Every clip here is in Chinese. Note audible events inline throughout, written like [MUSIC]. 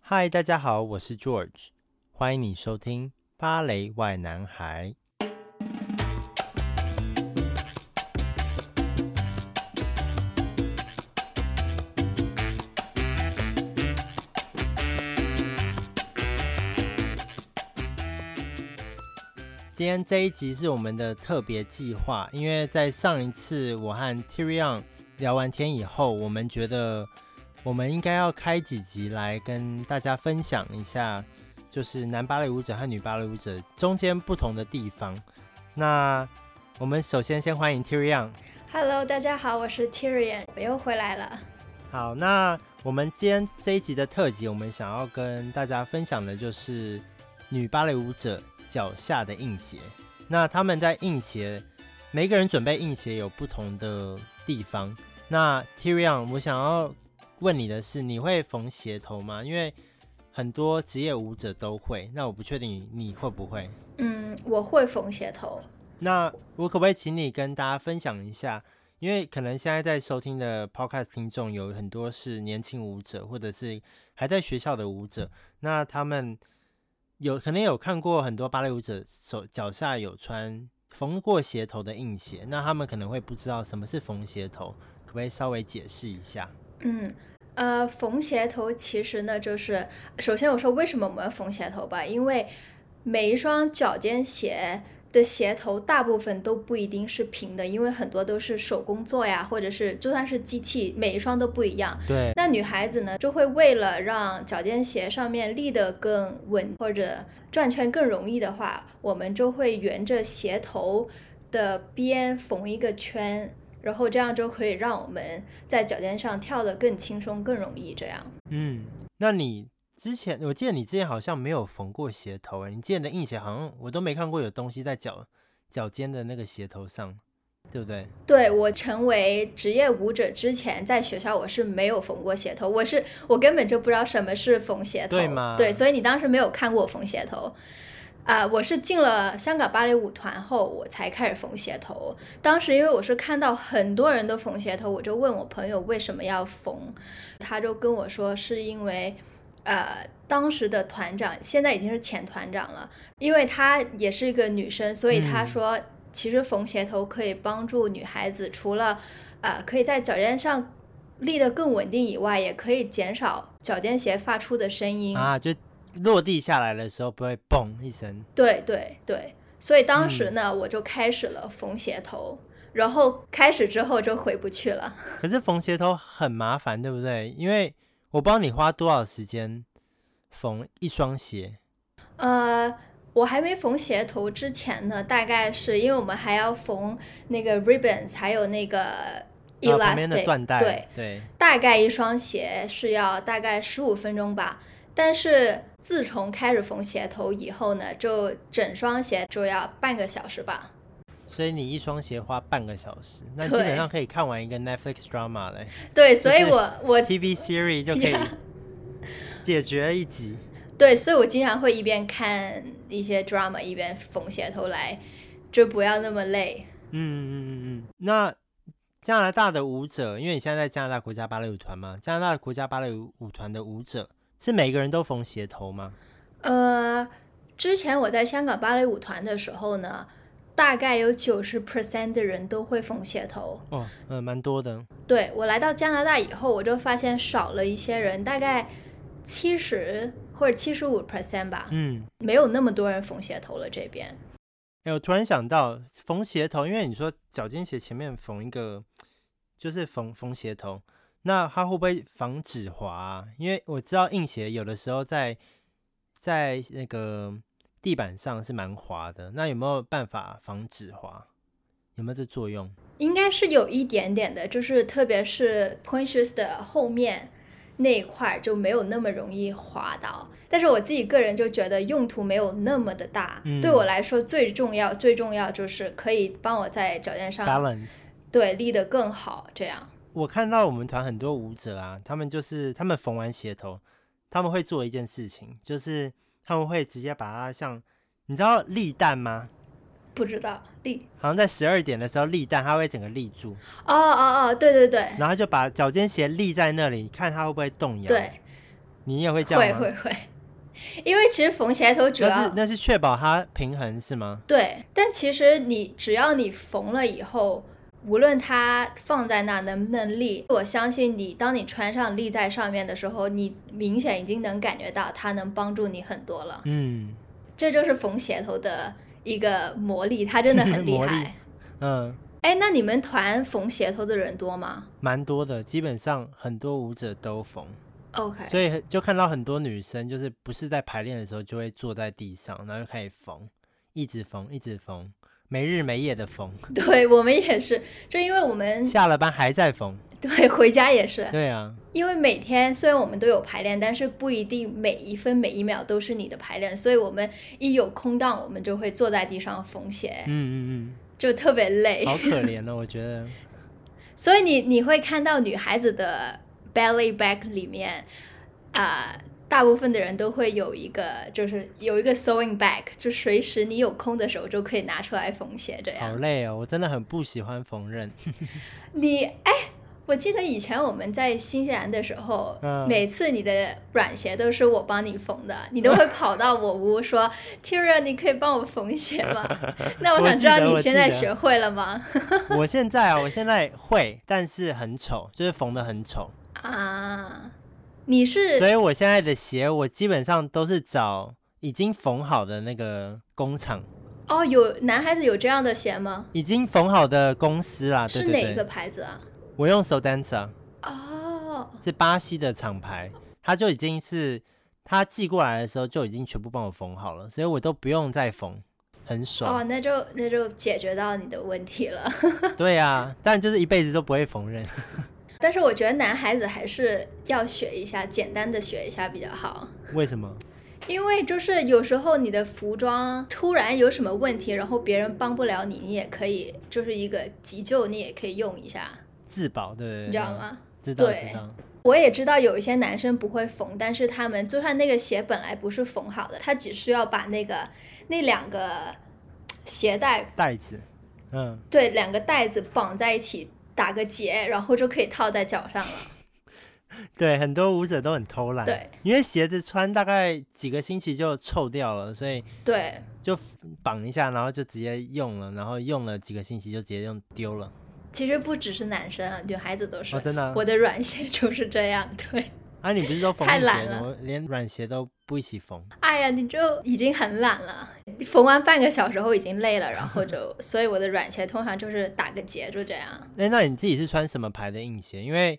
嗨，大家好，我是 George，欢迎你收听《芭蕾外男孩》。今天这一集是我们的特别计划，因为在上一次我和 Tyrion 聊完天以后，我们觉得我们应该要开几集来跟大家分享一下，就是男芭蕾舞者和女芭蕾舞者中间不同的地方。那我们首先先欢迎 Tyrion。 Hello，大家好，我是 Tyrion，我又回来了。好，那我们今天这一集的特辑，我们想要跟大家分享的就是女芭蕾舞者脚下的硬鞋。那他们在硬鞋，每个人准备硬鞋有不同的地方。那 Tyrion，我想要问你的是，你会缝鞋头吗？因为很多职业舞者都会，那我不确定你你会不会。嗯，我会缝鞋头。那我可不可以请你跟大家分享一下？因为可能现在在收听的 podcast 听众有很多是年轻舞者，或者是还在学校的舞者，那他们有可能有看过很多芭蕾舞者手脚下有穿缝过鞋头的硬鞋，那他们可能会不知道什么是缝鞋头，可不可以稍微解释一下？嗯，呃，缝鞋头其实呢，就是首先我说为什么我们要缝鞋头吧，因为每一双脚尖鞋的鞋头大部分都不一定是平的，因为很多都是手工做呀，或者是就算是机器，每一双都不一样。对，那女孩子呢，就会为了让脚尖鞋上面立得更稳，或者转圈更容易的话，我们就会沿着鞋头的边缝一个圈，然后这样就可以让我们在脚尖上跳得更轻松、更容易。这样，嗯，那你之前我记得你之前好像没有缝过鞋头、欸，你之前的硬鞋好像我都没看过有东西在脚脚尖的那个鞋头上，对不对？对我成为职业舞者之前，在学校我是没有缝过鞋头，我是我根本就不知道什么是缝鞋头，对吗所以你当时没有看过我缝鞋头。啊、我是进了香港芭蕾舞团后，我才开始缝鞋头。当时因为我是看到很多人都缝鞋头，我就问我朋友为什么要缝，他就跟我说是因为，呃，当时的团长现在已经是前团长了，因为她也是一个女生，所以她嗯说，其实缝鞋头可以帮助女孩子，除了呃可以在脚尖上立得更稳定以外，也可以减少脚尖鞋发出的声音。啊，就落地下来的时候不会嘣一声。对对对，所以当嗯时呢，我就开始了缝鞋头，然后开始之后就回不去了。可是缝鞋头很麻烦，对不对？因为我不知道你花多少时间缝一双鞋。呃，我还没缝鞋头之前呢，大概是因为我们还要缝那个 ribbons，还有那个啊旁边 elastic，、的缎带，对，大概一双鞋是要大概十五分钟吧。但是自从开始缝鞋头以后呢，就整双鞋就要半个小时吧。所以你一双鞋花半个小时，那基本对上可以看完一个 Netflix drama 嘞对，所以就是我我，TV series 就可以 Yeah 解决一集。对，所以我经常会一边看一些 drama，一边缝鞋头来，就不要那么累。嗯嗯嗯嗯，那加拿大的舞者，因为你现在在加拿大国家芭蕾舞团嘛，加拿大国家芭蕾舞团的舞者是每个人都缝鞋头吗？呃，之前我在香港芭蕾舞团的时候呢，大概有九十 percent 的人都会缝鞋头。哦，嗯、蛮多的。对我来到加拿大以后，我就发现少了一些人，大概七十或者七十五 percent 吧，嗯，没有那么多人缝鞋头了这边。哎、我突然想到缝鞋头，因为你说脚尖鞋前面缝一个，就是缝缝鞋头，那它会不会防止滑、啊？因为我知道硬鞋有的时候在在那个地板上是蛮滑的，那有没有办法防止滑？有没有这作用？应该是有一点点的，就是特别是 point shoes 的后面那一块儿就没有那么容易滑倒。但是我自己个人就觉得用途没有那么的大，嗯对我来说最重要最重要就是可以帮我在脚尖上 balance。对立得更好，这样。我看到我们团很多舞者啊，他们就是他们缝完鞋头，他们会做一件事情，就是他们会直接把它像你知道立蛋吗？不知道立好像在十二点的时候立蛋，它会整个立住，哦哦哦，对对对然后就把脚尖鞋立在那里，看它会不会动摇。对，你也会这样会吗？会会，因为其实缝鞋头主那要是那是确保它平衡是吗？对，但其实你只要你缝了以后，无论它放在那能不能立，我相信你，当你穿上立在上面的时候，你明显已经能感觉到它能帮助你很多了。嗯这就是缝鞋头的一个魔力，它真的很 [LAUGHS] 厉魔力害。嗯，哎，那你们团缝鞋头的人多吗蛮多的，基本上很多舞者都缝， ？OK，所以就看到很多女生就是不是在排练的时候就会坐在地上，然后就开始缝，一直缝，一直缝，没日没夜的缝，对我们也是，就因为我们下了班还在缝。对回家也是，对啊，因为每天虽然我们都有排练，但是不一定每一分每一秒都是你的排练，所以我们一有空档，我们就会坐在地上缝鞋，嗯嗯 [LAUGHS] 就特别累嗯，。好可怜哦，我觉得。 [LAUGHS] 所以你你会看到女孩子的 belly bag 里面，啊、大部分的人都会有一个，就是有一个 sewing bag，就随时你有空的时候就可以拿出来缝鞋这好样。累哦，我真的很不喜欢缝纫。你哎，我记得以前我们在新西兰的时候，嗯每次你的软鞋都是我帮你缝的，你都会跑到我屋说：“Tira，你可以帮我缝鞋吗？” [LAUGHS] 那我想记知道得你我现记在得学会了吗？我现在啊，我现在会，但是很丑，就是缝的很丑。啊，你是所以我现在的鞋，我基本上都是找已经缝好的那个工厂，哦，有男孩子有这样的鞋吗？已经缝好的公司啦。啊对是哪对一个对，牌子啊？我用 Sodanza，哦，是巴西的厂牌，它就已经是它寄过来的时候就已经全部帮我缝好了，所以我都不用再缝，很哦，爽。那就那就解决到你的问题了。 [LAUGHS] 对啊，但就是一辈子都不会缝纫。但是我觉得男孩子还是要学一下，简单的学一下比较好。为什么？因为就是有时候你的服装突然有什么问题，然后别人帮不了你，你也可以就是一个急救，你也可以用一下，自保，对不对？嗯你知道吗？知道对知道，我也知道有一些男生不会缝，但是他们就算那个鞋本来不是缝好的，他只需要把那个那两个鞋带，袋子，嗯，对，两个带子绑在一起打个结，然后就可以套在脚上了。对，很多舞者都很偷懒，对，因为鞋子穿大概几个星期就臭掉了，所以对，就绑一下，然后就直接用了，然后用了几个星期就直接用丢了。其实不只是男生啊，女孩子都是。哦，真的啊我？的软 [LAUGHS] 鞋就是这样，对。啊，你不是都缝太硬鞋懒的，了怎么连软鞋都不一起缝？哎呀，你就已经很懒了，缝完半个小时后已经累了，然后 [LAUGHS] 就，所以我的软鞋通常就是打个结，就这样。哎、那你自己是穿什么牌的硬鞋？因为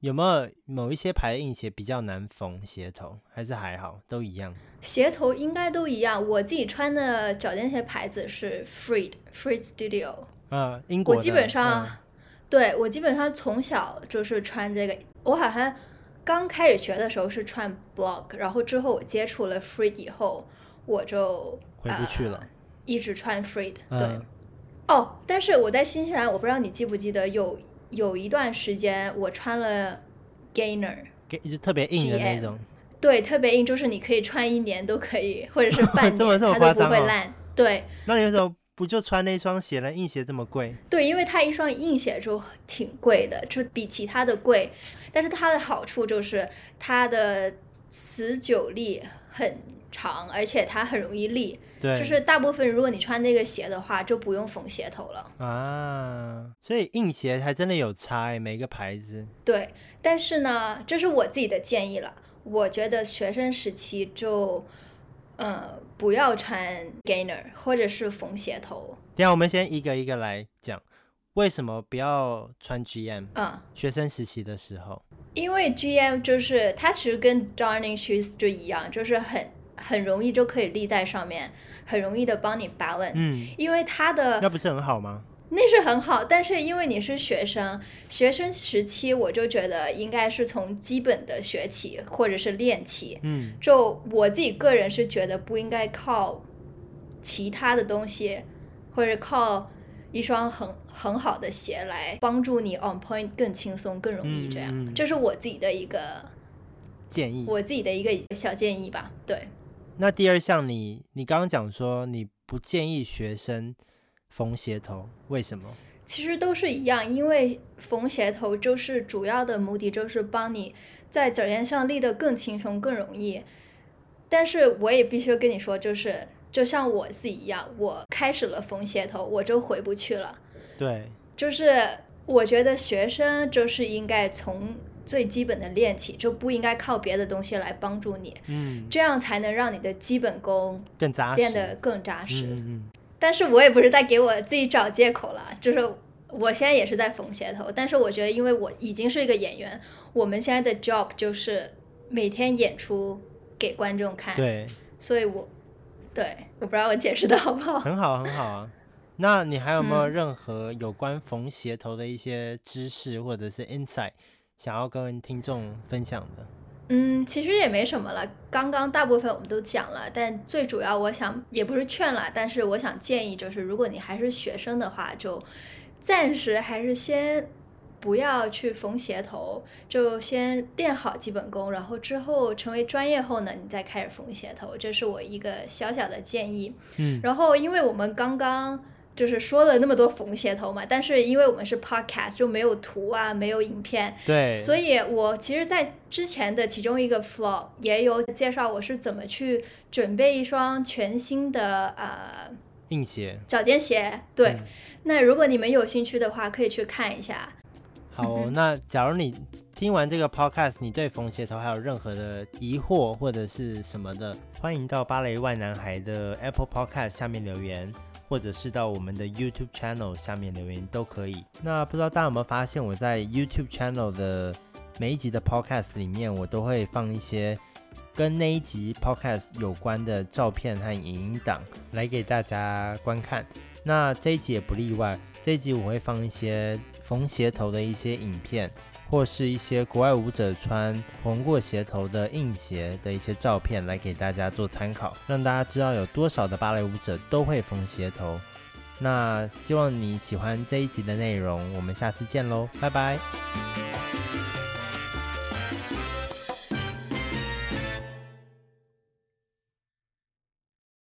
有没有某一些牌的硬鞋比较难缝鞋头，还是还好都一样？鞋头应该都一样，我自己穿的脚尖鞋牌子是 Freed Freed Studio，嗯，英国我的基本上，嗯对我基本上从小就是穿这个，我好像刚开始学的时候是穿 Block，然后之后我接触了 Freed 以后，我就回不去了呃一直穿 Freed，对。嗯哦，但是我在新西兰，我不知道你记不记得有有一段时间我穿了 gainer，给就特别硬的那 GM 种，对，特别硬，就是你可以穿一年都可以，或者 [LAUGHS] 是半年，这么这么它夸都张不会哦烂。对那你为什么不就穿那双鞋呢？硬鞋这么贵，对，因为它一双硬鞋就挺贵的，就比其他的贵，但是它的好处就是它的持久力很长，而且它很容易立，对，就是大部分如果你穿那个鞋的话，就不用缝鞋头了。啊，所以硬鞋还真的有差、欸，每个牌子。对，但是呢，这是我自己的建议了。我觉得学生时期就，呃，不要穿 gainer 或者是缝鞋头，等一下我们先一个一个来讲，为什么不要穿 GM？嗯，学生时期的时候，因为 GM 就是它其实跟 darning shoes 就一样，就是很很容易就可以立在上面，很容易的帮你 balance，、嗯，因为它的那不是很好吗？那是很好，但是因为你是学生，学生时期我就觉得应该是从基本的学起或者是练起，嗯，就我自己个人是觉得不应该靠其他的东西，或者靠一双很很好的鞋来帮助你 on point 更轻松、更容易这样。嗯嗯嗯这是我自己的一个建议。我自己的一个小建议吧。对，那第二项你，你刚刚讲说你不建议学生缝鞋头，为什么？其实都是一样，因为缝鞋头就是主要的目的就是帮你在脚尖上立得更轻松、更容易。但是我也必须跟你说，就是就像我自己一样，我开始了缝鞋头，我就回不去了。对，就是我觉得学生就是应该从最基本的练起，就不应该靠别的东西来帮助你，嗯，这样才能让你的基本功更扎实，练得更扎实。嗯嗯 [LAUGHS] 但是我也不是在给我自己找借口了，就是我现在也是在缝鞋头，但是我觉得，因为我已经是一个演员，我们现在的 job 就是每天演出给观众看嗯，，对，所以我对我不知道我解释的好不 [LAUGHS] 好。很好，很好啊。那你还有没有嗯任何有关缝鞋头的一些知识或者是 insight 想要跟听众分享的？嗯，其实也没什么了，刚刚大部分我们都讲了，但最主要我想也不是劝啦，但是我想建议就是，如果你还是学生的话，就暂时还是先不要去缝鞋头，就先练好基本功，然后之后成为专业后呢，你再开始缝鞋头，这是我一个小小的建议。嗯，然后，因为我们刚刚就是说了那么多缝鞋头嘛，但是因为我们是 podcast，就没有图啊，没有影片，对，所以我其实，在之前的其中一个 vlog 也有介绍我是怎么去准备一双全新的呃硬鞋，脚尖鞋。对，嗯那如果你们有兴趣的话，可以去看一下。好哦、嗯哼那假如你听完这个 podcast，你对缝鞋头还有任何的疑惑或者是什么的，欢迎到芭蕾外男孩的 Apple Podcast 下面留言，或者是到我们的 YouTube channel 下面留言都可以。那不知道大家有没有发现，我在 YouTube channel 的每一集的 podcast 里面，我都会放一些。跟那一集 podcast 有关的照片和影音档来给大家观看，那这一集也不例外，这一集我会放一些缝鞋头的一些影片，或是一些国外舞者穿缝过鞋头的硬鞋的一些照片来给大家做参考，让大家知道有多少的芭蕾舞者都会缝鞋头。那希望你喜欢这一集的内容，我们下次见喽，拜拜。